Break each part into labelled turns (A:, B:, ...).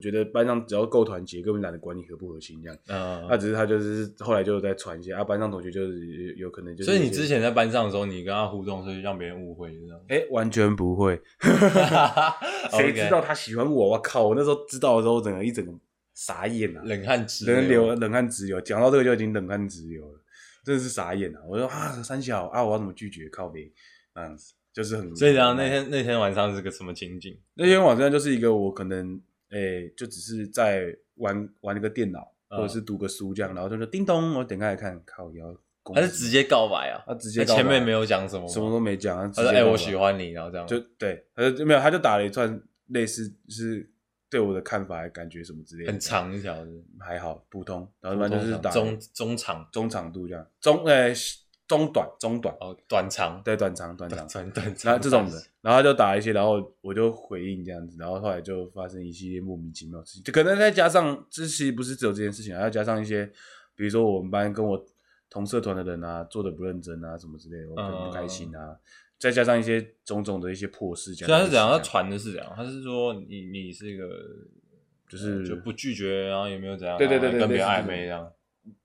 A: 觉得班上只要够团结，根本懒得管你合不合心这样。
B: 嗯
A: 那、只是他就是后来就在传一些啊，班上同学就是有有可能就是
B: 所以
A: 一
B: 你
A: 些
B: 之前在班上的时候，你跟他互动，所以让别人误会，你知道吗？
A: 哎、 完全不会，谁知道他喜欢我？我靠！我那时候知道的时候，整个一整个傻眼啊
B: OK，，冷汗直
A: 人流冷汗直流。讲到这个就已经冷汗直流了，真的是傻眼啊！我说啊，三小啊，我要怎么拒绝？靠北，那样子就是很。
B: 所以然后那天那天晚上是个什么情景？
A: 那天晚上就是一个我可能诶、就只是在玩玩那个电脑，
B: 嗯
A: 或者是读个书这样，然后就说叮咚，我点开来看，靠，也要公
B: 他
A: 司
B: 是直接告白啊？
A: 他嗯直接告
B: 他
A: 白
B: 前面没有讲什么，
A: 什么都没讲，他直
B: 他
A: 接
B: 说：“哎，
A: 告白
B: 我喜欢你。”然后这样
A: 就对，他就没有，他就打了一串类似就是对我的看法、感觉什么之类的，嗯
B: 很长一条是
A: 还好普通，然后一般就是打
B: 中中长
A: 中长度这样，中呃中短中短，
B: 哦，短长
A: 对短长短长
B: 短，短短
A: 然
B: 长
A: 后这种的，然后他就打一些，然后我就回应这样子，然后后来就发生一系列莫名其妙的事情，就可能再加上这其实不是只有这件事情啊，还要加上一些，比如说我们班跟我同社团的人啊做的不认真啊什么之类的，我很不开心啊，再加上一些种种的一些破事，
B: 嗯
A: 啊
B: 所以他是怎样？他
A: 要
B: 传的是怎样？他是说你你是一个呃
A: 就是
B: 就不拒绝，然后也没有怎样，
A: 对对对对
B: 然后跟别人
A: 类似
B: 暧
A: 这种
B: 昧这样。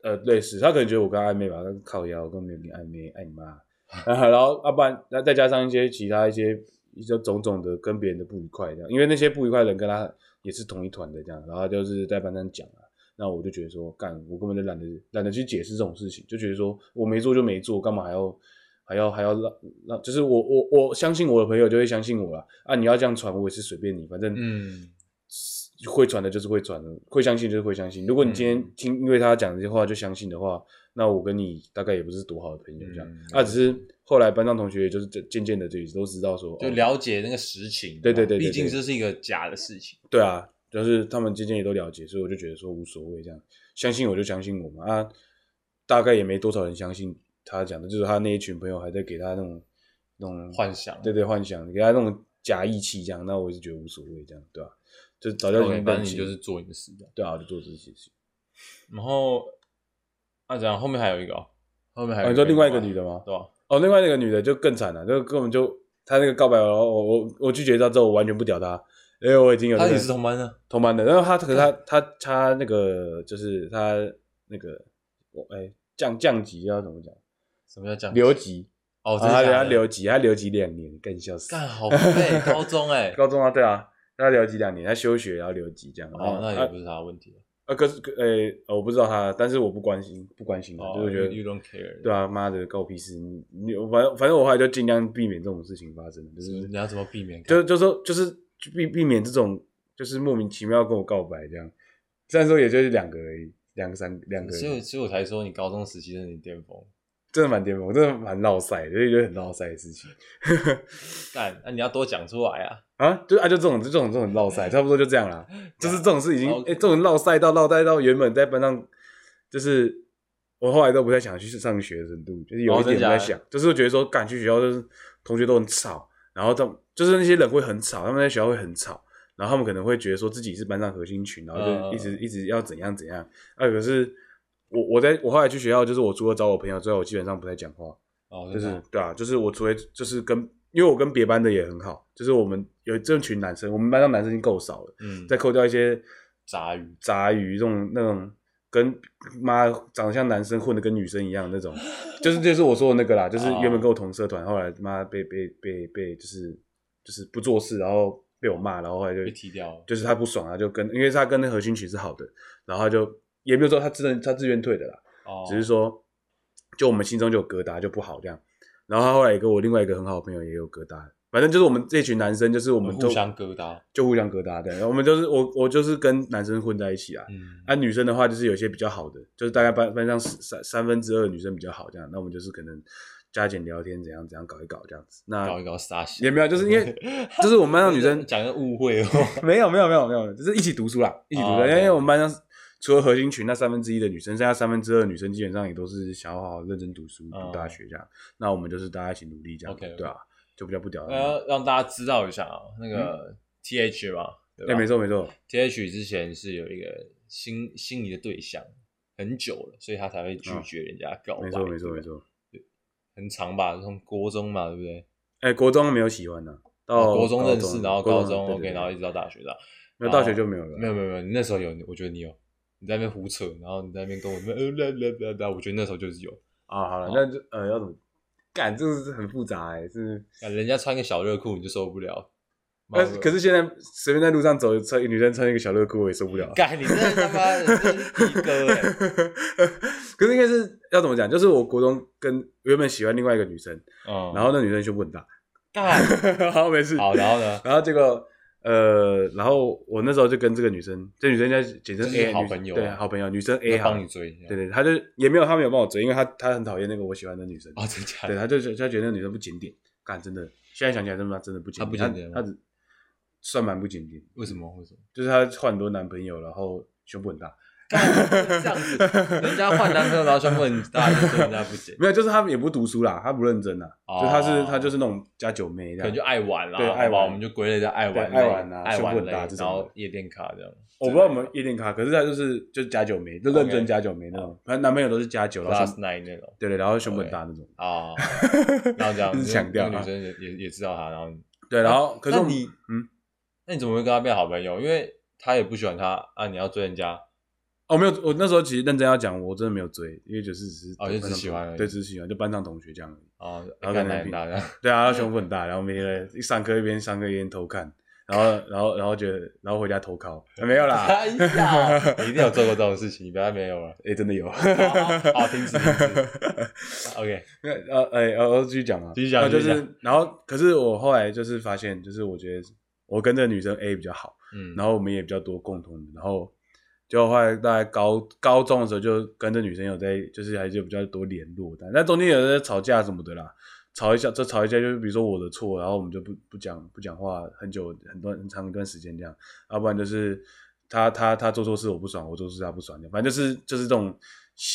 A: 呃，类似，他可能觉得我跟他暧昧吧，他靠腰，我根本没有跟你暧昧，爱你妈。 然后，啊要、不然，那再加上一些其他一些一些种种的跟别人的不愉快，这样，因为那些不愉快的人跟他也是同一团的，这样，然后他就是在班上讲啊，那我就觉得说，干，我根本就懒得懒得去解释这种事情，就觉得说我没做就没做，干嘛还要还要还要让让，就是我我我相信我的朋友就会相信我啦，啊，你要这样传，我也是随便你，反正
B: 嗯，
A: 会传的就是会传的，会相信就是会相信。如果你今天
B: 嗯
A: 听因为他讲这些话就相信的话，那我跟你大概也不是多好的朋友这样。啊
B: 嗯
A: 那、只是后来班上同学也就是渐渐的就也都知道说，
B: 就
A: 哦
B: 了解那个实情。哦
A: 对对对对对
B: 毕竟这是一个假的事情。
A: 对啊，就是他们渐渐也都了解，所以我就觉得说无所谓这样，相信我就相信我嘛啊，大概也没多少人相信他讲的，就是他那一群朋友还在给他那种那种
B: 幻想
A: 对对幻想，给他那种假意气这样，那我也是觉得无所谓这样，对吧、就早就已
B: OK，
A: 经
B: 反
A: 认
B: 正
A: 清
B: 你就是做你的事这样。
A: 对啊，我就做这些事情。
B: 然后啊，这样后面还有一个、哦，后面还有、
A: 哦你说另外一个女的吗
B: 对吧？
A: 哦，另外那个女的就更惨了，就根本就她那个告白完，我我我拒绝她之后，我完全不屌她，因为我已经有、那
B: 她
A: 个
B: 也是同班的，
A: 同班的，然后她可是她她她那个就是她那个我哎、降降级要怎么讲？
B: 什么叫这样？
A: 留级，
B: 哦，这
A: 她啊
B: 是
A: 她
B: 他
A: 留级，她留级两年，更笑死。
B: 干好废，高中哎、
A: 高中啊，对啊，她留级两年，她休学然后留级这样。然后
B: 哦，那
A: 啊
B: 也不是他的问题、
A: 啊，可是可呃、我不知道她，但是我不关心，不关心她，
B: 哦
A: 就是觉得
B: you- you don't care
A: 对啊，妈的，告我屁事！你你反正反正我后来就尽量避免这种事情发生，就是
B: 你要怎么避免？
A: 就就说就是就避避免这种就是莫名其妙跟我告白这样，虽然说也就是两个而已，两个三两个而
B: 所以，
A: 已，
B: 所以我才说你高中时期是你巅峰。
A: 真的蛮巅峰，真的蛮闹塞的，就觉得很闹塞的事情
B: 干，那、你要多讲出来啊！
A: 啊，就啊就这种就这种这种闹塞，差不多就这样啦，就是这种事已经哎、
B: OK
A: 这种闹塞到闹塞到原本在班上就是。我后来都不太想去上学的程度，就是有
B: 哦
A: 一点
B: 真
A: 不
B: 假的
A: 太想，就是觉得说，赶去学校就是同学都很吵，然后他们就是那些人会很吵，他们在学校会很吵，然后他们可能会觉得说自己是班上核心群，然后
B: 嗯
A: 就一直、一直要怎样怎样。啊，可是我我在我后来去学校，就是我除了找我朋友之外，我基本上不太讲话，
B: 哦，
A: 就
B: 真的
A: 是对啊，就是我除非就是跟，因为我跟别班的也很好，就是我们有这群男生，我们班上男生已经够少了，
B: 嗯，
A: 再扣掉一些
B: 杂鱼，
A: 杂鱼这种那种跟妈长得像男生混的跟女生一样那种，就是就是我说的那个啦，
B: 哦
A: 就是原本跟我同社团，后来妈被被被被就是就是不做事，然后被我骂，然后后来就
B: 被踢掉了
A: 就是他不爽啊，就跟因为他跟那核心群是好的，然后他就也没有说他自认他自愿退的啦，
B: 哦，
A: 只是说就我们心中就有疙瘩就不好这样，然后他后来也跟我另外一个很好的朋友也有疙瘩，反正就是我们这群男生就是我
B: 我
A: 们
B: 们
A: 都
B: 互相疙瘩。
A: 就互相疙瘩对，我们就是我我就是跟男生混在一起啊，
B: 嗯，
A: 啊，女生的话就是有些比较好的，就是大概班班上三三三分之二的女生比较好这样，那我们就是可能加减聊天怎样怎样搞一搞这样子。那
B: 搞一搞傻小
A: 也没有，就是因 为就是我们班上女生
B: 讲个误会哦。
A: 没有没有没有没有，就是一起读书啦，一起读书，
B: 哦
A: 因为
B: OK
A: 我们班上除了核心群那三分之一的女生，剩下三分之二的女生基本上也都是想要好好认真读书、
B: 哦
A: 读大学这样。那我们就是大家一起努力这样
B: OK，OK 呃
A: 对啊，就比较不屌
B: 我。要让大家知道一下啊、那个 T H 嘛，对
A: 嗯
B: 吧？
A: 哎，没错没错，
B: ，T H 之前是有一个心心仪的对象很久了，所以他才会拒绝人家告哦白。
A: 没错没
B: 对
A: 错
B: 吧
A: 没，错。
B: 很长吧，从国中嘛，对不对？
A: 哎，国中没有喜欢的，到
B: 哦国中认识，
A: 高
B: 然后
A: 高
B: 高中
A: 对
B: OK，
A: 对对
B: 然后一直到大学的。
A: 那大学就没有了，
B: 没有没有没有，你那时候有，我觉得你有，你在那边胡扯，然后你在那边跟我们呃啦啦啦啦，我觉得那时候就是有，
A: 啊，好了
B: 哦，
A: 那就呃要怎么干？这个是很复杂哎、是，
B: 啊人家穿个小热裤你就受不了，
A: 但哎是可是现在随便在路上走，穿女生穿一个小热裤我也受不了。
B: 干你真的他妈的真是一哥哎，
A: 可是应该是要怎么讲？就是我国中跟原本喜欢另外一个女生，
B: 嗯，
A: 然后那女生胸部很大，
B: 干，
A: 好没事。
B: 好，然后呢，
A: 然后结果呃，然后我那时候就跟这个女生，这女生叫简称
B: 就是
A: A，
B: 好
A: 女
B: 朋友啊
A: 对，好朋友，女生 A
B: 他
A: 好
B: 帮你追一下，
A: 对对，她就也没有，她没有帮我追，因为她她很讨厌那个我喜欢的女生。
B: 啊，真假
A: 对，
B: 的，
A: 他就觉他觉得那女生不检点，干真的，现在想起来真的真的不检
B: 她不检点吗
A: 他只算蛮不检点，
B: 为什么为什么？
A: 就是他换很多男朋友，然后胸部很大，
B: 干这样子，人家换男朋友然后胸部很大，就说人家不行，
A: 没有，就是他也不读书啦，他不认真啦，
B: 哦
A: 就他是他就是那种加九妹这
B: 可
A: 样
B: 能就。爱玩啦，
A: 对爱玩
B: 好不好我们就归类在爱玩类
A: 对爱玩啊
B: 爱
A: 胸部
B: 玩
A: 很
B: 类，
A: 大这
B: 然
A: 种
B: 后夜店卡这样。
A: 我不知道我们夜店咖，可是他就是就是加九妹，就认真加九妹那种，反正男朋友都是加九，然后
B: last
A: 胸
B: night 哦那种
A: 对对，然后胸部很大那种，
B: 啊，然后 这样
A: 一直强调
B: 那
A: 啊
B: 个女生也也也知道他，然后你
A: 对，然后可是
B: 那
A: 我们
B: 你
A: 嗯，
B: 那你怎么会跟他变好朋友？因为他也不喜欢他啊，你要追人家
A: 哦没有，我那时候其实认真要讲，我真的没有追，因为就是只是
B: 哦就只
A: 班上
B: 喜欢而已
A: 对，只是喜欢就班上同学这样而已。
B: 啊，
A: 然后
B: 干
A: 跟他
B: 男
A: 比
B: 大 家
A: 对啊，他胸部很大，然后每天一上课一边上课一边偷看，然后然后然后觉得，然后回家偷 考，啊没有啦，
B: 哎呀，你一定有做过这种事情，你不要没有了。
A: 哎、真的 有。
B: 好好好，停止停止。OK，
A: 呃哎呃，我继续讲啊，
B: 继续讲
A: 然后就
B: 继续
A: 是，然后可是我后来就是发现，就是我觉得我跟这个女生 A 比较好，
B: 嗯，
A: 然后我们也比较多共同的，然后就后来大概高高中的时候就跟这女生有在，就是还是有比较多联络的，但中间有在吵架什么的啦，吵一下就吵一下，就是比如说我的错，然后我们就不不讲不讲话很久很多很长一段时间这样，要不然就是他他他做错事我不爽，我做错事他不爽的，反正就是就是这种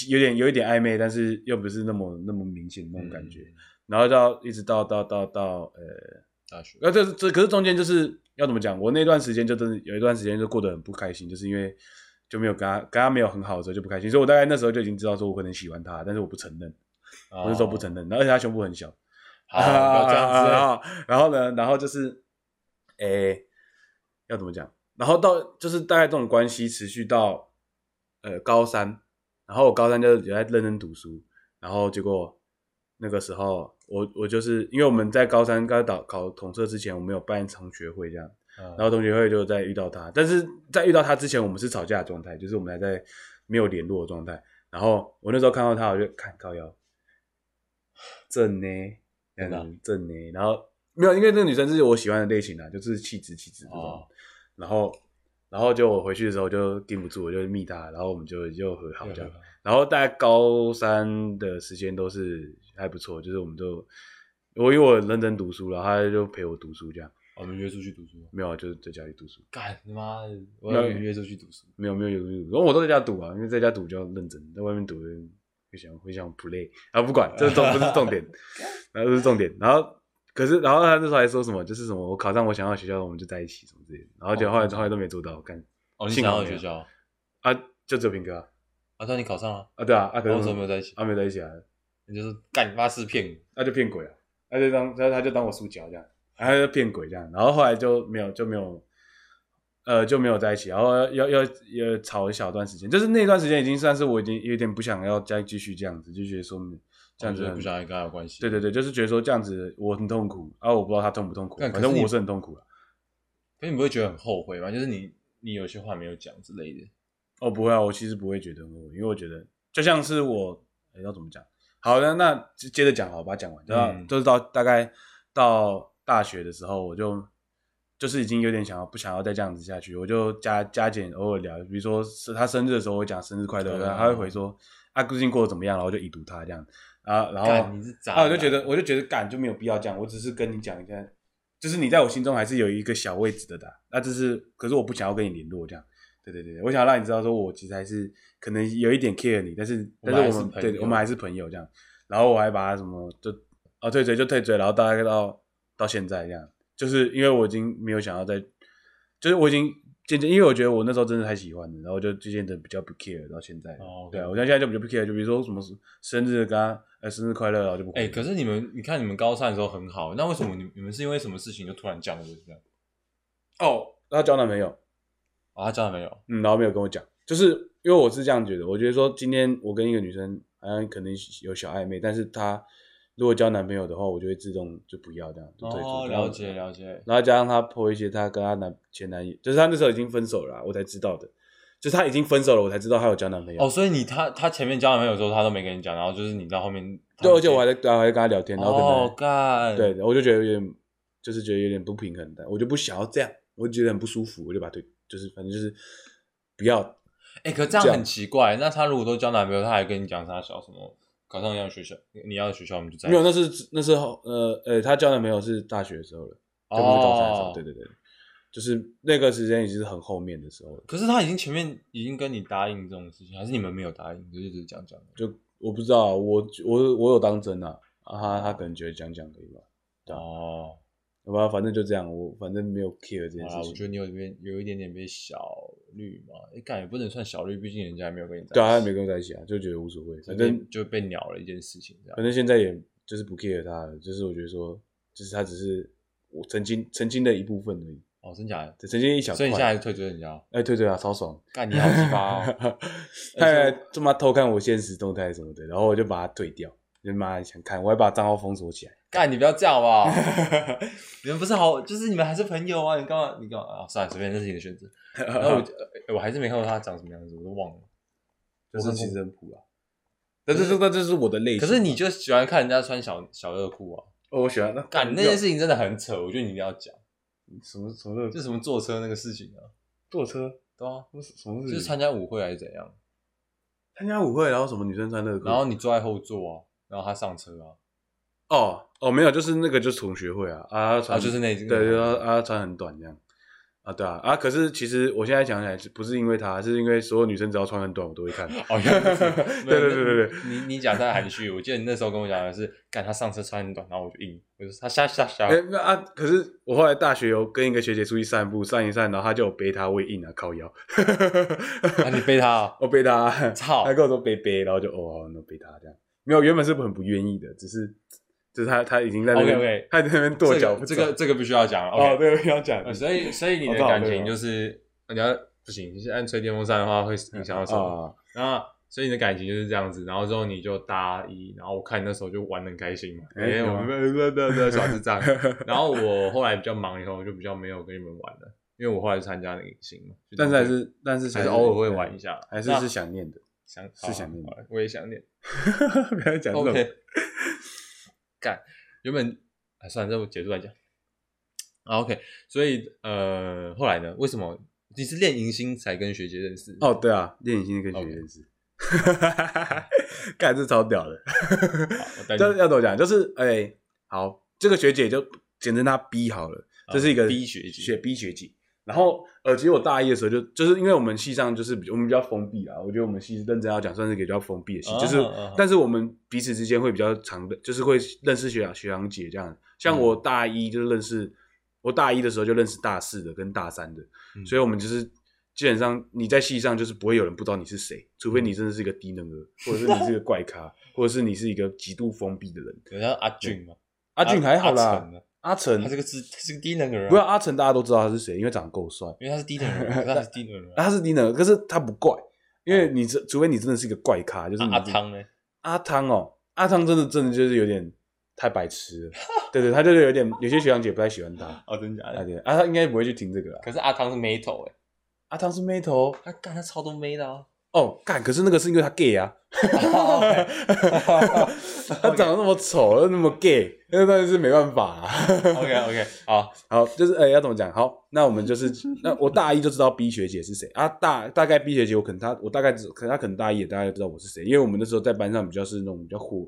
A: 有点有一点暧昧，但是又不是那么那么明显的那种感觉，
B: 嗯
A: 然后到一直到到到到呃。
B: 大学
A: 那这这可是中间就是要怎么讲？我那段时间就真的有一段时间就过得很不开心，就是因为就没有跟他跟他没有很好的时候就不开心，所以我大概那时候就已经知道说我可能喜欢他，但是我不承认，
B: 我
A: 我那时候不承认，然后而且他胸部很小，
B: 好，不要这样子。
A: 样子。然后呢，然后就是，诶、要怎么讲？然后到就是大概这种关系持续到呃高三，然后我高三就也在认真读书，然后结果那个时候我我就是因为我们在高三刚考考统测之前，我们有办同学会这样，然后同学会就在遇到他，但是在遇到他之前，我们是吵架的状态，就是我们还在没有联络的状态。然后我那时候看到他，我就看靠腰，正呢，
B: 真的啊
A: 嗯，正呢。然后没有，因为那个女生是我喜欢的类型啊，就是气质气质这种。
B: 哦
A: 然后，然后就我回去的时候就盯不住，我就密她，然后我们就就和好
B: 嗯
A: 这样。然后大概高三的时间都是还不错，就是我们就我因为我很认真读书，然后他就陪我读书这样。
B: 我们约出去读书，
A: 没有啊，就是在家里读书。
B: 干他妈的，我要约出去读书。
A: 没有没有有有，我都在家赌啊，因为在家赌比较认真，在外面赌会想会想 play 啊，不管这重不是重点，然后这是重点，然后可是然后他那时候还说什么，就是什么我考上我想要的学校，我们就在一起什么之类的，然后结果后来后来都没做到，干
B: 哦，你
A: 幸
B: 想
A: 好
B: 要
A: 没有
B: 学校
A: 啊就只有平哥啊，
B: 啊？对，你考上了，
A: 啊对啊啊可
B: 然后
A: 是
B: 哦怎么没有在一起？
A: 啊没有在一起啊，
B: 你就是干你妈是骗你，
A: 那就骗鬼啊，他就当他他就当我塑胶这样，他就骗鬼这样，然后后来就没有就没有，呃就没有在一起，然后要要要吵一小段时间，就是那段时间已经算是我已经有点不想要再继续这样子，就觉得说这样子
B: 我
A: 很
B: 哦就不想跟他有关系。
A: 对对对，就是觉得说这样子我很痛苦，啊我不知道他痛不痛苦，
B: 但
A: 反
B: 可是
A: 正
B: 你
A: 我是很痛苦啊了、
B: 可是你不会觉得很后悔吗？就是你你有些话没有讲之类的。
A: 哦不会啊，我其实不会觉得我，因为我觉得就像是我哎要怎么讲，好的那就接着讲好，把它讲完，然后、
B: 嗯
A: 就是到大概到大学的时候，我就就是已经有点想要不想要再这样子下去，我就加加减偶尔聊，比如说是他生日的时候，我会讲生日快乐，
B: 嗯
A: 然后他会回说啊最近过得怎么样，然后我就已读他这样，啊然后
B: 干你是渣男，
A: 啊我就觉得我就觉得干就没有必要这样，我只是跟你讲一下，就是你在我心中还是有一个小位置的的啊，那这是可是我不想要跟你联络这样。对对对，对我想要让你知道，说我其实还是可能有一点 care 你，但是
B: 我
A: 但
B: 们
A: 是
B: 还
A: 我
B: 是
A: 们
B: 朋
A: 对
B: 友
A: 我们还是朋友这样。然后我还把他什么就啊退追就退追，然后大概到到现在这样，就是因为我已经没有想要再，就是我已经渐渐，因为我觉得我那时候真的太喜欢了，然后就渐渐的比较不 care 到现在。
B: 哦，OK
A: 对啊，我像现在就比较不 care，就比如说什么生日跟他呃生日快乐，然后就不回
B: 哎、可是你们你看你们高三的时候很好，那为什么你你们是因为什么事情就突然降温这样？
A: 哦，他交男朋友，
B: 哦，他交男朋友，
A: 嗯，然后没有跟我讲，就是因为我是这样觉得，我觉得说今天我跟一个女生好像可能有小暧昧，但是她如果交男朋友的话，我就会自动就不要这样，就退出。
B: 哦，
A: 然后
B: 了解了解，
A: 然后加上她 po 一些她跟她男前男友，就是她那时候已经分手了啊、我才知道的，就是她已经分手了，我才知道她有交男朋友。
B: 哦，所以你他他前面交男朋友的时候，他都没跟你讲，然后就是你到后面，
A: 对，而且我还在，我还在跟她聊天，然后可能、
B: 哦干，
A: 对，，我就觉得有点，就是觉得有点不平衡的，我就不想要这样，我就觉得很不舒服，我就把腿，就是反正就是不要，
B: 哎，可这样很奇怪，那他如果都交男朋友，他还跟你讲他小什么考上一样学校，你要的学校我们就在
A: 没有，那是那是后呃呃，她交男朋友是大学的时候了，就不是高三的时候，
B: 哦
A: 对对对，就是那个时间已经是很后面的时候了，
B: 可是他已经前面已经跟你答应这种事情，还是你们没有答应，就是只是讲讲的。
A: 就我不知道，我我我有当真啊，啊她她可能觉得讲讲可以吧，对啊
B: 哦，
A: 好吧，反正就这样，我反正没有 care 这
B: 好
A: 件
B: 啦，
A: 事
B: 我觉
A: 情，
B: 得你有一点有一点点被小绿嘛，哎、干也不能算小绿，毕竟人家还没有跟你在一起
A: 对啊，她也没跟我在一起啊，就觉得无所谓，
B: 所
A: 反
B: 以
A: 正
B: 就被鸟了一件事情这
A: 反啊
B: 样。
A: 正现在也就是不 care 他了，就是我觉得说，就是他只是我曾经曾经的一部分而已，
B: 哦，真假的？
A: 只曾经一小
B: 所
A: 块。
B: 以你现在还是退追人家哦？
A: 哎，对对啊，超爽！
B: 干你好奇 葩哦！
A: 他还他妈偷看我现实动态什么的，然后我就把他退掉，就妈想看，我还把账号封锁起来。
B: 干你不要这样好不 好？你们不是好，就是你们还是朋友啊！你干嘛？你干嘛啊？算了，随便，这是你的选择。然后我就、呃我还是没看过他长什么样子，我都忘了。
A: 这
B: 我
A: 是
B: 看过
A: 情人谱啊，但这这但这是我的类型。
B: 可是你就喜欢看人家穿小小热裤啊？
A: 哦，我喜欢那
B: 干那件事情真的很扯，我觉得你一定要讲。
A: 什么什么
B: 就什么坐车那个事情啊，
A: 坐车，
B: 对啊，
A: 什么
B: 就
A: 事
B: 是参加舞会还是怎样，
A: 参加舞会，然后什么女生穿那个，
B: 然后你坐在后座啊，然后他上车啊，
A: 哦哦，没有，就是那个就是同学会啊啊，
B: 然
A: 穿
B: 后就是那
A: 对，就是
B: 那
A: 他他穿很短这样啊，对啊啊，可是其实我现在想起来，不是因为他，是因为所有女生只要穿很短，我都会看。
B: 哦，原来是
A: 对对对对对，
B: 你你讲太含蓄，我记得你那时候跟我讲的是，干他上车穿很短，然后我就硬，我就说他下下下
A: 哎、，那啊，可是我后来大学有跟一个学姐出去散步，散一散，然后她就有背她，我也硬啊，靠腰。
B: 啊你背他 啊，
A: 我背她，
B: 操
A: 她跟我说背背，然后就哦，好那背她这样。没有，原本是很不愿意的，只是就是她她已经在那边
B: OK，OK
A: 她在那边跺脚不
B: 这
A: 走
B: 个这个这个必须要讲了
A: 哦，
B: ，OK，
A: 对，不要讲
B: 呃所以所以你的
A: 哦对啊
B: 感
A: 对啊
B: 情就是你要不行，你是按吹电风扇的话会影响到什么？
A: 啊，
B: 那所以你的感情就是这样子，然后之后你就大一，然后我看你那时候就玩的很开心嘛，哎、
A: 哎有
B: 我
A: 啊
B: 们对对对耍智障。然后我后来比较忙，以后我就比较没有跟你们玩了，因为我后来就参加那个影星嘛，就
A: 但是还是但是
B: 还是偶尔会玩一，下，
A: 还是
B: 那
A: 是想念的。
B: 想
A: 是
B: 好
A: 想念
B: 好好我也想念。
A: 不要讲这种
B: OK，干，原本哎算了，这我结束再讲。啊 OK，所以呃后来呢，为什么你是练迎新才跟学姐认识？
A: 哦，对啊，练影星跟学姐认识， 干这超屌的。
B: 好，我带你
A: 这要怎么讲？就是哎、好，这个学姐就简称她 B 好了，这是一个
B: 啊 B 学姐
A: 学 B 学姐。然后呃，其实我大一的时候就就是因为我们系上就是比我们比较封闭啊，我觉得我们系认真要讲算是一个比较封闭的系，
B: 啊
A: 就是、
B: 啊
A: 但是我们彼此之间会比较常的，就是会认识学长学长姐这样。
B: 嗯
A: 像我大一就是认识，我大一的时候就认识大四的跟大三的，
B: 嗯
A: 所以我们就是。基本上你在系上就是不会有人不知道你是谁，除非你真的是一个低能儿，或者是你是一个怪咖，或者是你是一个极度封闭的人。
B: 有像阿俊嘛，
A: 阿俊还好
B: 阿
A: 啦
B: 成，呢啊
A: 阿成
B: 他这个是他是个低能儿啊，
A: 不要阿成，大家都知道他是谁，因为长得够帅。
B: 因为他是低能儿，可是他是低能儿
A: 啊
B: 啊。
A: 他是低能儿，可是他不怪，因为你这除非你真的是一个怪咖，就是
B: 那
A: 你
B: 啊阿汤呢？
A: 阿汤哦，阿汤真的真的就是有点太白痴了。对对，他就是有点有些学长姐不太喜 欢他。
B: 哦，真假
A: 啊？对，阿汤应该不会去听这个啦。
B: 可是阿汤是妹头哎，
A: 阿汤是妹头
B: 他干他超多妹的 啊。
A: 哦，干，可是那个是因为他 gay 啊，
B: 哦，OK
A: 他长得那么丑，又那么 gay，那当然是没办法啊。
B: OK OK，好，
A: 好，就是呃、要怎么讲？好，那我们就是， 那我大一就知道 B 学姐是谁啊。大大概 B 学姐，我可能她，我大概只，可能她可能大一也大概知道我是谁，因为我们那时候在班上比较是那种比较活，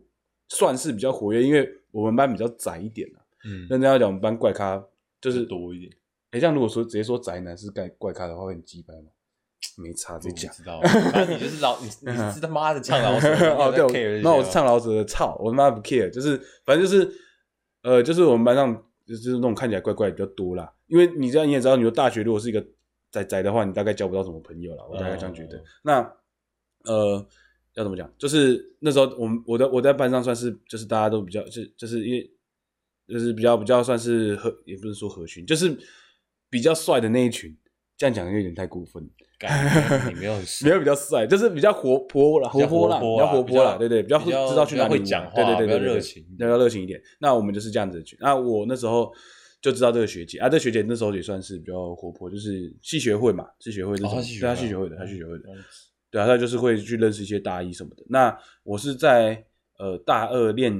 A: 算是比较活跃，因为我们班比较窄一点啊。
B: 嗯
A: 认真要讲，我们班怪咖就是，
B: 多一点，
A: 哎、这样如果说直接说宅男是怪怪咖的话，会很鸡掰吗？没差，
B: 哦我
A: 直
B: 不
A: 接
B: 知道，反正你就是老，你你是他妈的唱
A: 讲。
B: 老手
A: 哦，对，我那我是
B: 是
A: 唱老子的，操，我他妈不 care，就是反正就是，呃，就是我们班上就是那种看起来怪怪的比较多啦，因为你这样你也知道，你说大学如果是一个宅宅的话，你大概交不到什么朋友了，我大概这样觉得。
B: 嗯
A: 那呃，要怎么讲？就是那时候我们我在我在班上算是就是大家都比较就就是因为就是比较比较算是合也不是说合群，就是比较帅的那一群。这样讲有点太过分，
B: 干你没有很
A: 没有比较帅，就是比较活泼啦，
B: 比较
A: 泼啦，比
B: 活
A: 较活
B: 泼啊
A: 泼啦，
B: 比较
A: 对对，比较
B: 比较
A: 知道去哪里
B: 比较会
A: 玩
B: 讲话
A: 对对对
B: 比
A: 对
B: 较
A: 对
B: 热
A: 对
B: 情
A: 对要热情一点。那我们就是这样子的群。那我那时候就知道这个学姐啊，这学姐那时候也算是比较活泼，就是系学会嘛，系学会这
B: 哦
A: 种，
B: 他
A: 对
B: 系学
A: 她
B: 会
A: 系学
B: 啊
A: 会的，她
B: 嗯
A: 系学会的，
B: 嗯
A: 对啊，她就是会去认识一些大一什么的。那我是在呃大二练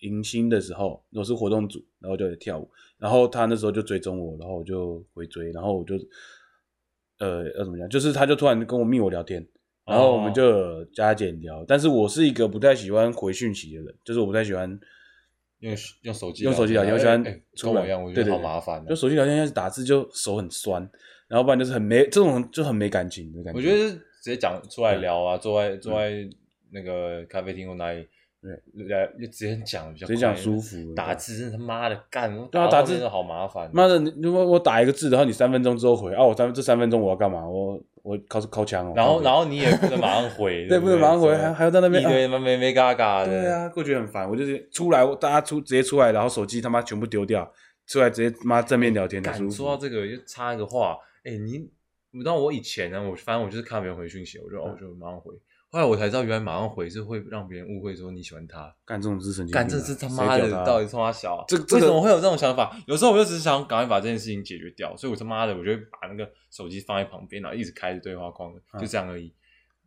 A: 迎新的时候，我是活动组，然后就有跳舞，然后他那时候就追踪我，然后我就回追，然后我就呃要怎么讲，就是他就突然跟我密我聊天，然后
B: 哦
A: 我们就有加减聊。但是我是一个不太喜欢回讯息的人，就是我不太喜欢
B: 用用手机
A: 用手机聊天，我喜欢
B: 哎哎
A: 出
B: 跟
A: 来
B: 我一样，我觉
A: 对
B: 得
A: 对
B: 好
A: 对
B: 麻烦啊。
A: 就手机聊天要是打字就手很酸，然后不然就是很没这种就很没感情的感觉。
B: 我觉得是直接讲出来聊
A: 嗯
B: 啊，坐在坐在那个咖啡厅或哪里，
A: 对
B: 来就直接讲比较
A: 嗯直接
B: 快
A: 讲舒服，
B: 打字真的他妈的干，我
A: 对啊，
B: 到
A: 打
B: 后面
A: 字
B: 真的好麻烦。
A: 妈的，你如果我打一个字，然后你三分钟之后回啊，我三这三分钟我要干嘛？我我靠靠枪哦。
B: 然后
A: 靠
B: 然后你也不能马上 回，
A: 对，
B: 不
A: 不能马上回，
B: 所以
A: 还还要在那边
B: 一堆他妈没没嘎嘎
A: 啊
B: 的。
A: 对，啊，过去很烦。我就是出来，我大家出直接出来，然后手机他妈全部丢掉，出来直接妈正面聊天，很舒
B: 哎敢
A: 服
B: 说到这个，就插一个话，哎，你你知道我以前呢，我反正我就是看别人回讯息，我就哦我
A: 嗯
B: 就马上回。后来我才知道，原来马上回是会让别人误会说你喜欢他。
A: 干这种是神经病啊，
B: 干，这是他妈的
A: 谁屌他，
B: 到底他妈小、啊？
A: 这这
B: 为
A: 个
B: 什么会有这种想法？有时候我就只是想赶快把这件事情解决掉，所以我他妈的，我就会把那个手机放在旁边，然后一直开着对话框，就这样而已。
A: 嗯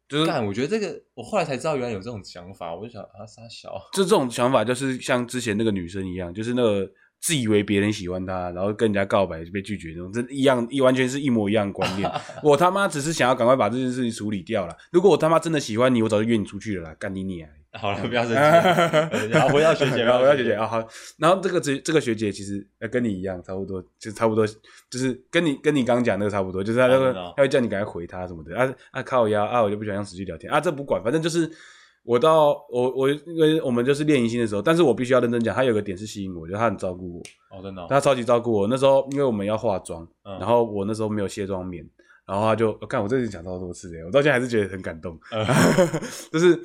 A: 就是
B: 干，我觉得这个，我后来才知道原来有这种想法，我就想啊，傻小，
A: 就这种想法，就是像之前那个女生一样，就是那个自以为别人喜欢她，然后跟人家告白就被拒绝那种，真一样，一完全是一模一样的观念。我他妈只是想要赶快把这件事情处理掉了。如果我他妈真的喜欢你，我早就约你出去了啦，干你你啊！
B: 好了，不要生 气。 然后回到学姐，
A: 然后回
B: 回
A: 到学姐啊，好。然后这个这这个学姐其实呃跟你一样，差不多，就差不多，就是跟你跟你刚刚讲那个差不多，就是她那
B: 哦
A: 个
B: 真的哦
A: 她会叫你赶快回她什么的啊啊靠腰啊，我就不想用手机聊天啊，这不管，反正就是我到我我因为我们就是练迎新的时候，但是我必须要认真讲，她有个点是吸引我，就是她很照顾我，
B: 哦，真的哦、
A: 她超级照顾我。那时候因为我们要化妆，
B: 嗯
A: 然后我那时候没有卸妆棉，然后她就我看、我这次讲超多次的，我到现在还是觉得很感动。
B: 呃
A: 就是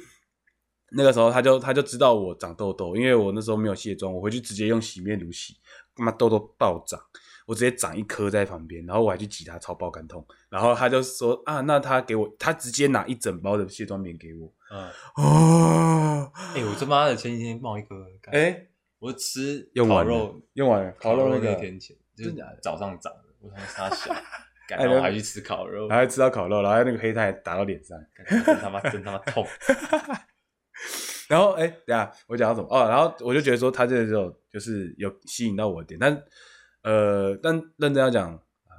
A: 那个时候，他就他就知道我长痘痘，因为我那时候没有卸妆，我回去直接用洗面乳洗，他妈痘痘暴长，我直接长一颗在旁边，然后我还去挤它，超爆感痛。然后他就说啊，那他给我，他直接拿一整包的卸妆棉给我。
B: 嗯，
A: 哦，
B: 哎、我他妈的前几天冒一个，干
A: 哎、
B: 我吃
A: 用
B: 烤
A: 完了
B: 肉，
A: 用完了烤肉那
B: 那
A: 个，
B: 天前，就是
A: 真假的
B: 早上涨的，我他妈傻 小，干，
A: 哎
B: 然后
A: 那
B: 我还去吃烤肉，
A: 然后吃到烤肉，然后那个黑炭还打到脸上。
B: 干真他妈真他妈 痛。
A: 然后哎，等一下我讲到什么？哦，然后我就觉得说他这个时候就是有吸引到我的点，但呃，但认真要讲啊、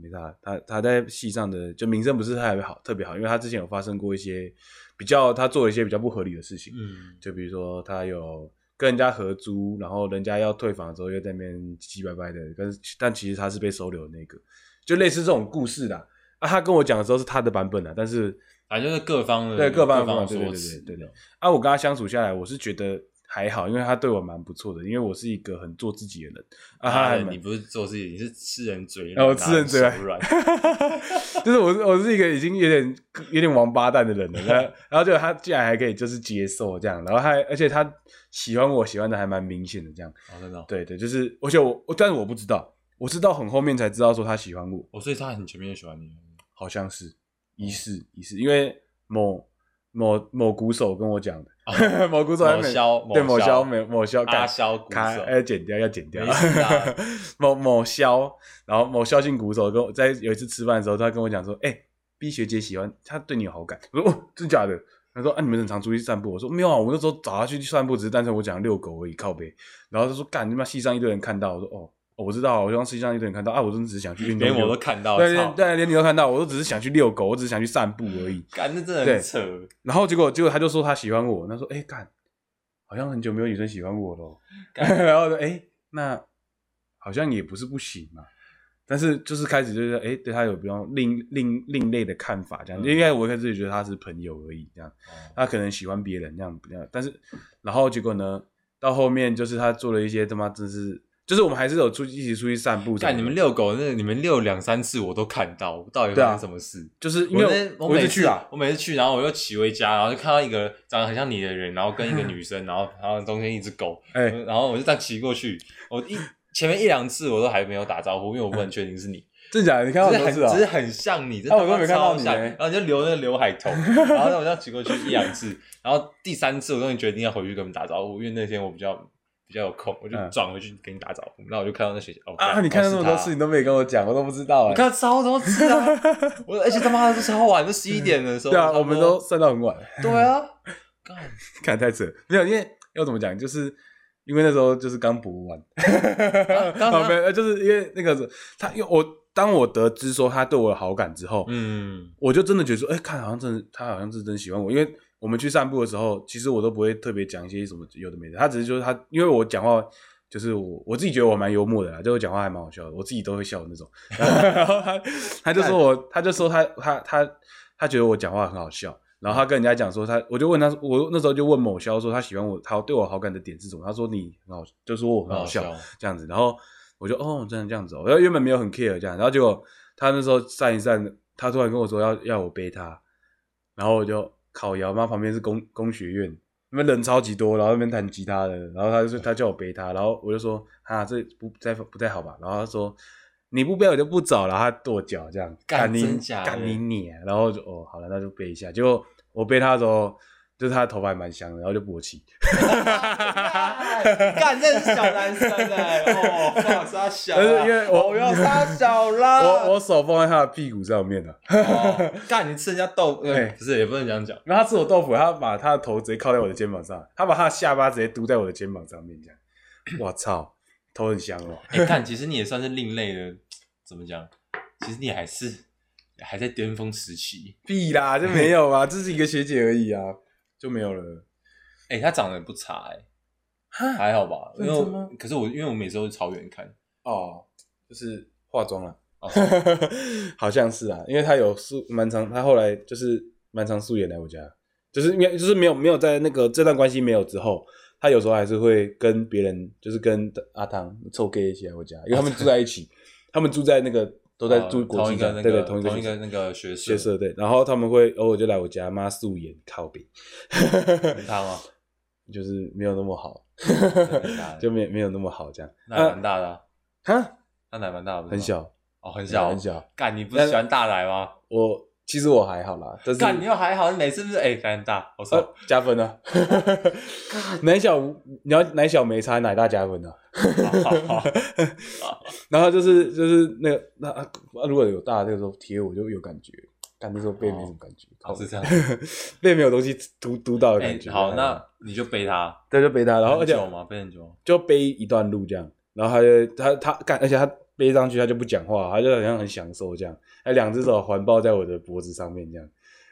A: 没啥，他他在戏上的就名声不是特别好，特别好，因为他之前有发生过一些比较，他做了一些比较不合理的事情，
B: 嗯，
A: 就比如说他有跟人家合租，然后人家要退房的时候又在那边唧唧歪歪的，但是但其实他是被收留的那个，就类似这种故事啦。啊，他跟我讲的时候是他的版本啦，但是
B: 反正就是各方的
A: 对各方的
B: 方的
A: 对对
B: 说
A: 对
B: 辞，
A: 对对对啊，我跟他相处下来，我是觉得还好，因为他对我蛮不错的，因为我是一个很做自己的人啊，他
B: 啊
A: 还，蛮
B: 你不是做自己，你是吃人嘴
A: 哦吃人嘴
B: 拿
A: 软
B: 你手软，
A: 就是我是我是一个已经有点有点王八蛋的人了，然后然后就他竟然还可以就是接受这样，然后还而且他喜欢我喜欢的还蛮明显的这样，
B: 哦，真的 哦，
A: 对对，就是而且我我但是我不知道，我是到很后面才知道说他喜欢我，
B: 哦，所以他很全面的喜欢你，
A: 好像是
B: 哦
A: 疑似疑似，因为某某某鼓手跟我讲的，
B: 哦
A: 某鼓手还
B: 某
A: 没
B: 肖
A: 对
B: 某
A: 某
B: 肖
A: 肖没某肖
B: 阿
A: 干
B: 肖鼓
A: 卡
B: 手，
A: 要剪掉，要剪掉
B: 哦没事啊。
A: 某某肖，然后某肖姓鼓手跟我在有一次吃饭的时候，他跟我讲说：“哎、b 学姐喜欢，她对你有好感。”我说：“哦，真假的？”他说：“啊，你们很常出去散步？”我说：“没有啊，我那时候找她去散步，只是单纯我讲遛狗而已，靠背。”然后他说：“干，你妈戏上一堆人看到。”我说：“哦，哦我知道啊，我希望戏上一堆人看到啊，我真的只是想去运动
B: 连
A: 遛。”
B: 我都看到，
A: 对对
B: 操，
A: 对，连你都看到，我都只是想去遛狗，我只是想去散步而已。
B: 干，那真的
A: 对
B: 很扯。
A: 然后结果结果他就说他喜欢我，他说：“哎、干，好像很久没有女生喜欢我了哦。” 然后说：“哎、那好像也不是不行嘛。”但是就是开始就是哎、对他有比较另另另类的看法这样，
B: 嗯哦
A: 因为我一开始也觉得他是朋友而已这样，他可能喜欢别人这样这样，但是然后结果呢，到后面就是他做了一些他妈真是，就是我们还是有出一起出去散步什么的，
B: 干，你们遛狗，那你们遛两三次我都看到，到底
A: 对啊
B: 发生什么事？
A: 就是因
B: 我
A: 为
B: 那
A: 我
B: 我每
A: 一直
B: 次
A: 去啊，
B: 我每次去，然后我又骑回家，然后就看到一个长得很像你的人，然后跟 一个女生，然后然后中间一只狗，
A: 哎、
B: 然后我就这样骑过去，我一前面一两次我都还没有打招呼，因为我不很确定是你，
A: 真假的？你看到
B: 只
A: 很
B: 是
A: 多次
B: 很
A: 啊
B: 只？是很像你，真
A: 啊
B: 的
A: 我都没看到你
B: 超像
A: 欸
B: 然后你就留那个刘海 头，然后我这样骑过去一两次，然后第三次我终于决定要回去跟你们打招呼，因为那天我比较比较有空，我就
A: 嗯
B: 转回去跟你打招呼，然后我就看到那学姐哦
A: 啊，你看到那么多次，，
B: 干哦是
A: 你都没跟我讲，我都不知道
B: 她我
A: 哎。
B: 看到超多次啊，我而且他妈的超晚，都十一点的时候，
A: 对啊，
B: 差不多
A: 我们都算到很晚，
B: 对啊，干
A: 看太扯。没有，因为要怎么讲，就是因为那时候就是刚补完，
B: 刚
A: 啊没有，就是因为那个时候他，因为我当我得知说他对我有好感之后，
B: 嗯
A: 我就真的觉得说，哎、看好像真的，他好像是真喜欢我，因为我们去散步的时候，其实我都不会特别讲一些什么有的没的，他只是就是他，因为我讲话就是我我自己觉得我蛮幽默的啦，就我讲话还蛮好笑的，我自己都会笑的那种。然后他 他就说我，他就说他他他他觉得我讲话很好笑。然后他跟人家讲说他，我就问他，我那时候就问某肖说他喜欢我，他对我好感的点是什么？他说你很好，就说我很好笑
B: 很好笑
A: 这样子。然后我就哦，真的这样子哦。然后原本没有很 care 这样，然后结果他那时候站一站，他突然跟我说要要我背他，然后我就靠腰，妈旁边是工工学院，那边人超级多，然后那边弹吉他的，然后他就说他叫我背他，然后我就说啊这不太不太好吧，然后他说你不背我就不走了，他跺脚这样，
B: 干
A: 干你
B: 真假的
A: 干你你，然后我就哦好了那就背一下，结果我背他的时候。就是他的头发还蛮香的，然后就勃起。
B: 干，这是小男生哎、哦，放杀小
A: 但是因为我
B: 我要杀小啦，
A: 我我手放在他的屁股上面了、
B: 哦 干，你吃人家豆，呃
A: 哎
B: 不是也不能这样讲，
A: 然后他吃我豆腐，他把他的头直接靠在我的肩膀上，他把他的下巴直接嘟在我的肩膀上面，这样，我操，头很香哦。
B: 哎、看，其实你也算是另类的，怎么讲？其实你还是还在巅峰时期。
A: 屁啦，就没有啊，这是一个学姐而已 啊，就没有了。
B: 哎、他长得也不差哎、
A: 哈，
B: 还好吧？因为
A: 认真吗
B: 我可是我因为我每次都是朝远看，
A: 哦，就是化妆了，
B: 哦
A: 好像是啊，因为他有素蛮长，他后来就是蛮长素颜来我家，就是因为就是没有没有在那个这段关系没有之后。他有时候还是会跟别人，就是跟阿汤臭 gay 一起来我家，因为他们住在一 起，他们住在那个都在住
B: 哦
A: 国
B: 同
A: 际
B: 一
A: 站
B: 个那
A: 对对，
B: 个
A: 同一个
B: 同一
A: 学
B: 个
A: 校
B: 那个学
A: 学
B: 社
A: 社对，然后他们会偶尔就来我家妈素颜靠饼，
B: 很大吗？
A: 就是没有那么好，
B: 真的很大
A: 就没没有那么好这样。
B: 奶蛮大的啊、
A: 哈，
B: 他奶蛮大的，不是吗
A: 很小，
B: 哦，很小，
A: 很。小。
B: 干，你不是喜欢大奶吗？
A: 我其实我还好啦，但是
B: 干，你又还好，你每次不是哎，奶很大，我
A: 呃
B: 说
A: 加分啊，奶小你要奶小没差，奶大加分啊。然后就是就是那个那啊如果有大那个时候贴我就有感觉，但那时候背没什么感觉，
B: 哦是这 样。
A: 背没有东西嘟嘟到的
B: 哎
A: 感觉。，
B: 好，那你就背他，
A: 对就背他，然后而
B: 很
A: 且
B: 久吗？背很久吗，
A: 就背一段路这样，然后他就他他干，而且他背上去他就不讲话，他就好像很享受这样，他两只手环抱在我的脖子上面这样，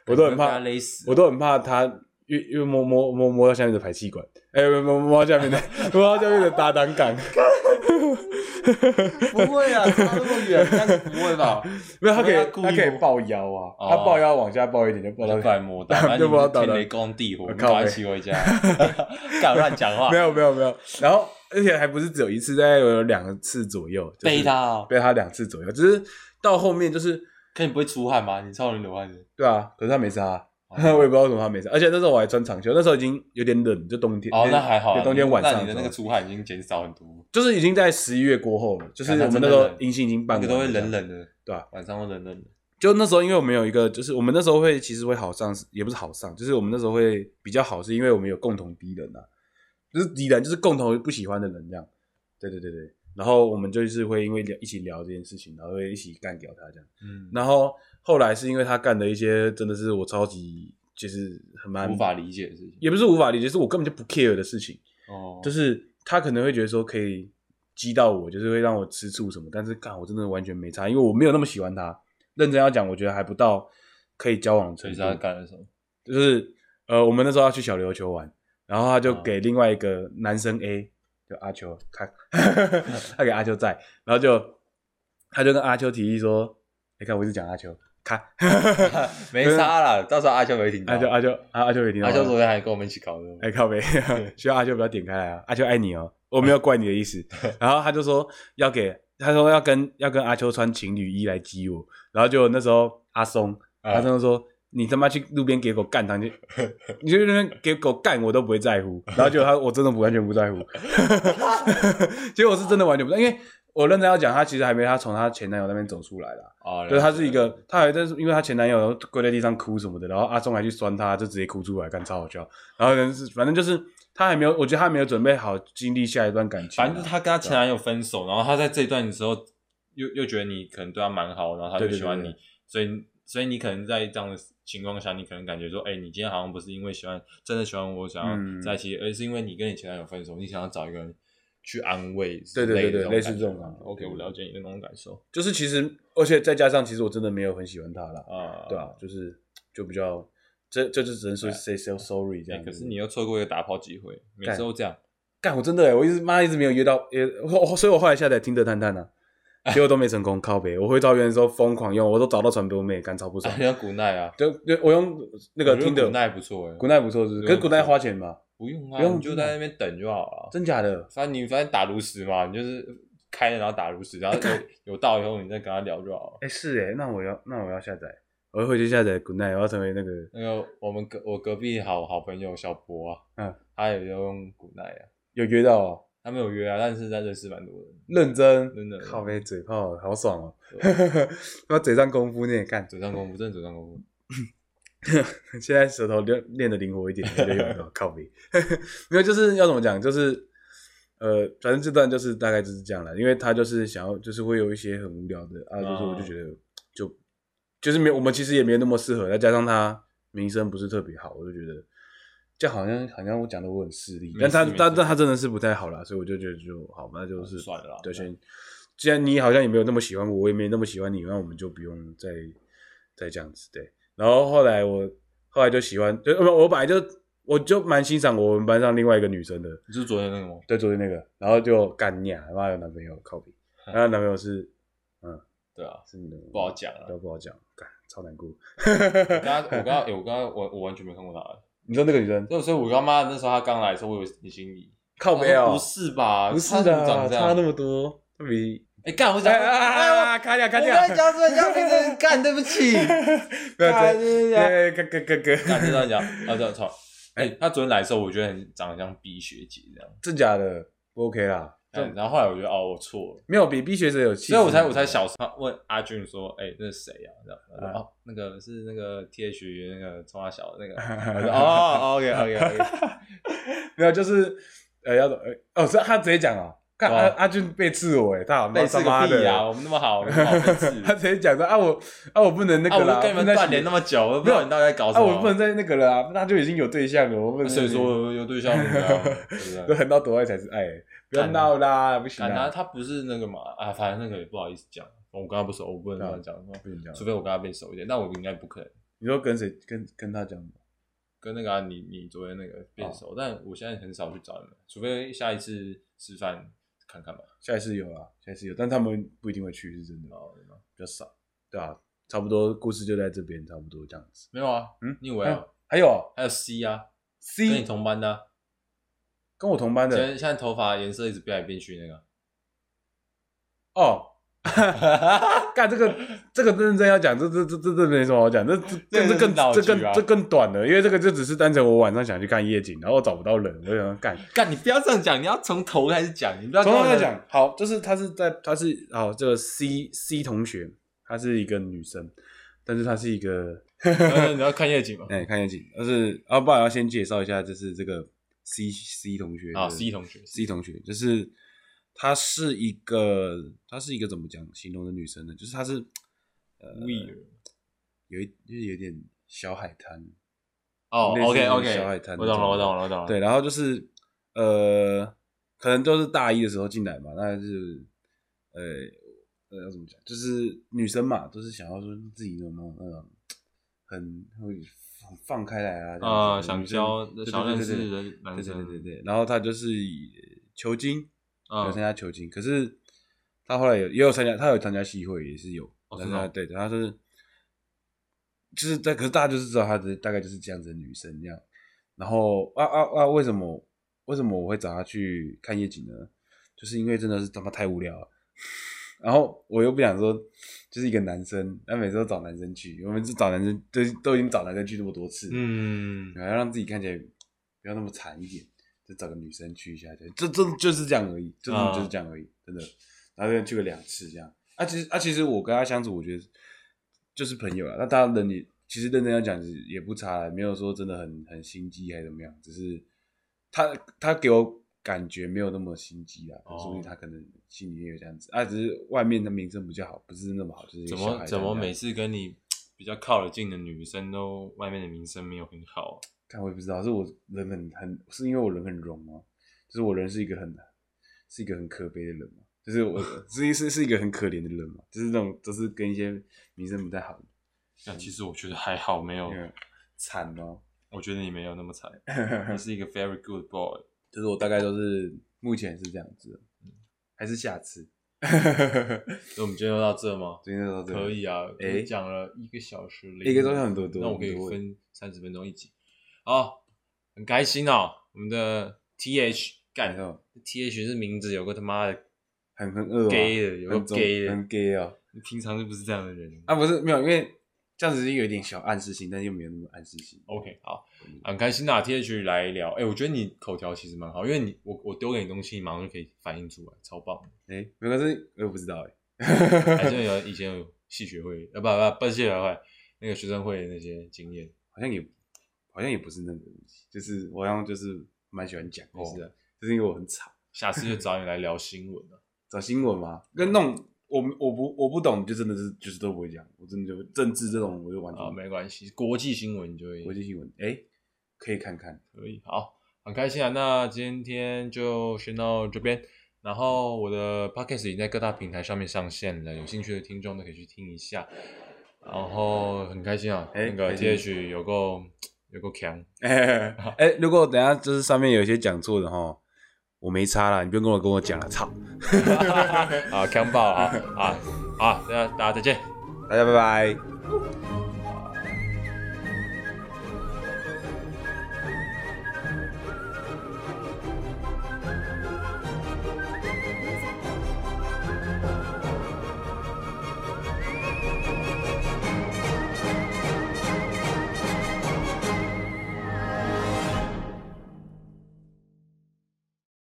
A: 我都很
B: 被他
A: 怕，
B: 勒死。
A: 我都很怕他越越摸摸摸摸到下面的排气管，哎、摸摸到下面的 摸到下面的打挡杆，
B: 不会啊，差那么远， 但是不会 吧？
A: 没有他可以
B: 他故意
A: 他可以
B: 摸
A: 抱腰啊，
B: 哦
A: 他抱腰往下抱一点就抱
B: 我
A: 到
B: 都快摸 到，
A: 就
B: 反正你
A: 不知道
B: 们
A: 到
B: 天
A: 哪
B: 雷公地火，
A: 我
B: 你
A: 靠
B: 赶快
A: 北
B: 骑回家， 敢乱讲话
A: 没，有没有没有，然后而且还不是只有一次，大概有两次左右，就是
B: 背他哦。
A: 背他两次左右，只是到后面就是
B: 可你不会出汗吗？你超人流汗的。
A: 对啊，可是他没杀、啊。
B: 哦
A: 我也不知道为什么他没上，而且那时候我还穿长袖，那时候已经有点冷，就冬天。
B: 哦，那还好啊
A: 对，冬天晚上
B: 那你的那个
A: 时候
B: 出汗已经减少很多，
A: 就是已经在十一月过后了，就是
B: 干那
A: 我们
B: 真
A: 那时
B: 的
A: 候
B: 冷
A: 阴性已经
B: 那
A: 半
B: 个
A: 完
B: 都会
A: 了这
B: 冷
A: 样。
B: 冷的，
A: 对啊
B: 晚上会冷冷的。
A: 就那时候，因为我们有一个，就是我们那时候会其实会好上，也不是好上，就是我们那时候会比较好，是因为我们有共同敌人啊，就是敌人就是共同不喜欢的人这样。对对对对，然后我们就是会因为聊一起聊这件事情，然后会一起干掉他这样。
B: 嗯，
A: 然后后来是因为他干的一些真的是我超级就是很蛮
B: 无法理解的事情。
A: 也不是无法理解，是我根本就不 care 的事情，
B: 哦，
A: 就是他可能会觉得说可以激到我，就是会让我吃醋什么，但是干我真的完全没差，因为我没有那么喜欢他。认真要讲，我觉得还不到可以交往的
B: 所
A: 程
B: 以是他
A: 度。
B: 干了什么？
A: 就是呃，我们那时候要去小琉球玩，然后他
B: 嗯
A: 就给另外一个男生 A，就阿秋，他 他给阿秋在，然后就他就跟阿秋提议说，你、看我一直讲阿秋， 看，
B: 没杀啦，到时候阿秋没听到。
A: 阿秋阿秋阿阿秋也听到
B: 嗯阿
A: 吗，
B: 秋昨天还跟我们一起搞的。
A: 哎、靠北， 希望阿秋不要点开来啊！阿秋爱你哦，我没有怪你的意思。然后他就说要给，他说要跟要跟阿秋穿情侣衣来激我。然后就那时候阿松，
B: 啊
A: 阿松就说你他妈去路边给狗干，他就你就去那边给狗干，我都不会在乎。然后结果他我真的不完全不在乎，结果我是真的完全不在，因为。我认真要讲，她其实还没她从她前男友那边走出来啦。
B: 哦，
A: 对，她
B: 他
A: 是一个，她还但是因为她前男友跪在地上哭什么的，然后阿忠还去酸她，就直接哭出来，干超好笑。然后人是反正就是她还没有，我觉得她还没有准备好经历下一段感情啊。
B: 反正就是她跟她前男友分手，然后她在这一段的时候又又觉得你可能对她蛮好，然后她
A: 对
B: 就
A: 对对
B: 喜欢
A: 对
B: 你，所以所以你可能在这样的情况下，你可能感觉说，哎、你今天好像不是因为喜欢真的喜欢我想要
A: 嗯
B: 在一起，而是因为你跟你前男友分手，你想要找一个人去安慰之
A: 对对
B: 类的
A: 对对
B: 种
A: 类似
B: 感
A: 这
B: 觉
A: 种啊
B: OK，我了解你的那种感受
A: 就是其实，而且再加上，其实我真的没有很喜欢她啦。
B: 啊，
A: 对啊，就是就比较，这这就只能说 say so sorry 这
B: 哎、
A: 样子。
B: 可是你又错过一个打炮机会，每次都这样。
A: 干，我真的欸我一直妈一直没有约到，也我所以我后来下载听的探探啊，结果都没成功，靠北。我回桃园的时候疯狂用，我都找到传播妹，干超不爽
B: 啊，。像古奈啊，
A: 就就我用那个听的，
B: 古奈不错哎，
A: 古奈不错，是不是？可是古奈花钱吧？
B: 不用啊，
A: 不用
B: 你就在那边等就好了。
A: 真假的？
B: 反正你反正打炉石嘛，你就是开了然后打炉石，然后有有到以后你再跟他聊就好了。
A: 哎、是哎、那我要那我要下载，我要回去下载古奈，我要成为那个
B: 那个我们隔我隔壁好好朋友小博啊，
A: 嗯，
B: 他也用古奈啊，
A: 有约到哦，
B: 他没有约啊，但是他认识蛮多人，
A: 认真
B: 真的
A: 靠北嘴炮，好爽哦、
B: 对吧
A: 我嘴上功夫呢，干。
B: 嘴上功夫，真的嘴上功夫。
A: 现在舌头练练的灵活一点，就有 了靠背。 没有，就是要怎么讲，就是呃，反正这段就是大概就是这样了，因为他就是想要，就是会有一些很无聊的啊，就是我就觉
B: 哦
A: 得就就是没有，我们其实也没有那么适合，再加上他名声不是特别好，我就觉得这样好像好像我讲的我很势利，
B: 没
A: 但
B: 事
A: 他
B: 没事
A: 但但他真的是不太好啦，所以我就觉得就好，那就是
B: 算了啦
A: 对，
B: 对
A: 先既然你好像也没有那么喜欢我，我也没那么喜欢你，那我们就不用再再这样子对。然后后来我后来就喜欢，就呃我本来就我就蛮欣赏我们班上另外一个女生的，
B: 你是昨天那个吗？
A: 对，昨天那个，然后就干娘，他妈有男朋友，靠谱。然后她男朋友是
B: 对啊，
A: 是你的，
B: 不好讲 了。
A: 都不好讲，干超难过。
B: 我刚刚我刚刚哎我刚刚我我完全没看过他，
A: 你说那个女生
B: 所以所以我刚妈那时候她刚来的时候，我以为你心里
A: 靠背哦，
B: 不是吧？
A: 不是
B: 她怎么长
A: 的，
B: 这
A: 差那
B: 样？
A: 么多，她比
B: 哎干，我想
A: 哎
B: 哎我
A: 啊，卡掉卡
B: 我
A: 掉，
B: 刚才讲出来讲名字， 干对不起，
A: 不要
B: 干
A: 这
B: 对不起。
A: 样，哥哥哥哥，
B: 干这样讲，啊这样操！哎，他昨天来的时候，我觉得很长得像 B 学姐这样。
A: 真假的不 OK 啦，
B: 哎然后后来我觉得哦，我错了，
A: 没有比 B 学者有气质，
B: 所以我才我 才小时候问阿俊说，哎，那是谁啊？这样然后
A: 啊
B: 说哦，那个是那个 T H 那个中华小的那个。
A: 嗯
B: 我说哦，OK OK OK，
A: 没有，就是呃，要呃，哦，是他直接讲哦，看
B: 对
A: 阿
B: 啊
A: 阿俊背刺我，哎，他好
B: 被
A: 他
B: 刺
A: 妈
B: 个屁
A: 的。
B: 呀！我们那么好，我们那么好被刺
A: 他直接讲说啊我啊我不能 那
B: 啊，
A: 个
B: 我
A: 啦，
B: 都跟你
A: 不能
B: 们
A: 在
B: 断联那么久，我都不知道你到底在搞什
A: 啊
B: 么。
A: 我不能再那个了啊，那就已经有对象了，我不能
B: 所以说我有对象 了啊，对不
A: 就
B: 对？
A: 横刀夺爱才是爱，哎不要闹啦，不行
B: 干他
A: 啊，
B: 他不是那个嘛啊，反正那个也不好意思讲，我刚刚不熟，我不能乱讲。
A: 啊不行这样
B: 除非我跟他变熟一点，但我应该不可能
A: 你说跟谁跟跟他讲吗？
B: 跟那个、啊、你你昨天那个变
A: 哦
B: 熟，但我现在很少去找你们，除非下一次吃饭看看吧。
A: 下一次有啊，下一次有，但他们不一定会去，是真的，
B: 哦，对吗
A: 比较少，对啊，差不多故事就在这边，差不多这样子。
B: 没有啊，
A: 嗯
B: 你以为啊？
A: 还有
B: 还有 C 啊，跟你
A: C
B: 同班的、啊，
A: 跟我同班
B: 现
A: 的
B: 在现在头发颜色一直变来变去 那个。
A: 哦，干这个这个认真要讲，这这这这这没什么好讲，这这这
B: 这个
A: 更
B: 是闹
A: 这
B: 剧
A: 更
B: 啊
A: 这更短了，因为这个就只是单纯我晚上想去看夜景，然后我找不到人，我就想说干。
B: 干，你不要这样讲，你要从头开始讲，你不要
A: 从头
B: 跟
A: 再
B: 我
A: 讲，好，就是她是在她是好这个 C C 同学，她是一个女生，但是她是一个
B: 呃你要看夜景嘛。
A: 哎、看夜景，但是啊，不然要先介绍一下，就是这个 C C 同学
B: 啊
A: 的
B: ，C 同学
A: C 同学，就是她是一个她是一个怎么讲形容的女生呢？就是她是呃
B: Weird
A: 有一就是有点小海滩，
B: 哦
A: 类似
B: ，OK
A: 小海滩
B: OK，
A: 那
B: 我
A: 种
B: 懂了，我懂了，我懂了。
A: 对，然后就是呃，可能都是大一的时候进来嘛，那就是呃呃要怎么讲，就是女生嘛，都是想要说自己有没有那种很会放开来啊，这样
B: 啊
A: 子
B: 想
A: 女生
B: 交
A: 对
B: 想
A: 对对
B: 认识
A: 对
B: 的
A: 对
B: 男
A: 对对
B: 生
A: 对对对，然后她就是求精，有
B: 嗯
A: 参加球精，可是他后来有也有参加，他有参加戏会也是有，
B: 哦
A: 但
B: 真
A: 是
B: 的哦
A: 他对，他就是就是在，可是大家就是知道他的大概就是这样子的女生这样。然后啊啊啊，为什么为什么我会找他去看夜景呢？就是因为真的是他妈太无聊了。 然后我又不想说，就是一个男生，他每次都找男生去，我们是找男生，都都已经找男生去那么多次，，
B: 嗯，
A: 然后让自己看起来不要那么惨一点，就找个女生去一下，就这这就是这样而已，真的
B: 啊
A: 就是这样而已，真的。然后又去了两次这样。啊，其实啊，其实我跟他相处，我觉得就是朋友了。那他人也其实认真要讲也不差，没有说真的很很心机还是怎么样，只是他他给我感觉没有那么心机啊，
B: 哦
A: 说明他可能心里面有这样子啊，只是外面的名声比较好，不是那么好，就是
B: 怎
A: 小
B: 么
A: 孩
B: 怎么
A: 这样
B: 每次跟你比较靠得近的女生都外面的名声没有很好、啊？
A: 看我也不知道，是我人很很，是因为我人很软吗？就是我人是一个很是一个很可悲的人嘛，就是 我是是是一个很可怜的人嘛，就是那种都是跟一些名声不太好的，
B: 但其实我觉得还好，没有，
A: 嗯惨哦。
B: 我觉得你没有那么惨，你是一个 very good boy。
A: 就是我大概都是目前是这样子，还是下次？
B: 所以我们今天就到这吗？
A: 最近到这
B: 可以啊，
A: 哎
B: 我讲了一个小时零，
A: 一个钟头很多多
B: 那我可以
A: 很多
B: 分三十分钟一集。好，很开心哦，我们的 T H
A: 感
B: 干
A: 受
B: T H 是名字有个他妈的
A: 很很恶、啊、
B: gay 的，有
A: 很
B: 个
A: 中
B: gay 的，
A: 很 gay 哦。
B: 你平常就不是这样的人。
A: 啊，不是没有，因为这样子是有一点小暗示性，但又没有那么暗示性。
B: OK，好，
A: 嗯
B: 很开心啊，T H 来聊。哎、我觉得你口条其实蛮好，因为你我我丢给你东西，你马上就可以反应出来，超棒。
A: 哎、没关系，我也不知道哎、
B: 还是有以前有戏学会，呃、不不不，戏学会那个学生会的那些经验。
A: 好像也好像也不是那个东西，就是我好像就是蛮喜欢讲，就
B: 哦
A: 是、啊就是因为我很吵，
B: 下次就找你来聊 新闻啊了。
A: 找新闻
B: 哦
A: 嘛，跟那种我我不我不懂，就真的是就是都不会讲，我真的就政治这种我就完全
B: 啊，没关系，国际新闻就会
A: 国际新闻，哎、可以看 看，
B: 可以。好，很开心啊。那今天就先到这边。然后我的 podcast 已经在各大平台上面上线了，有兴趣的听众都可以去听一下。然后很开心啊，
A: 哎
B: 那个
A: 开心
B: TH 有够有够强，
A: 哎、哎如果等一下就是上面有一些讲错的哈，我没差啦，你不用跟我跟我讲了，操，
B: 啊强爆啊啊啊！那大家再见。
A: 大家拜拜。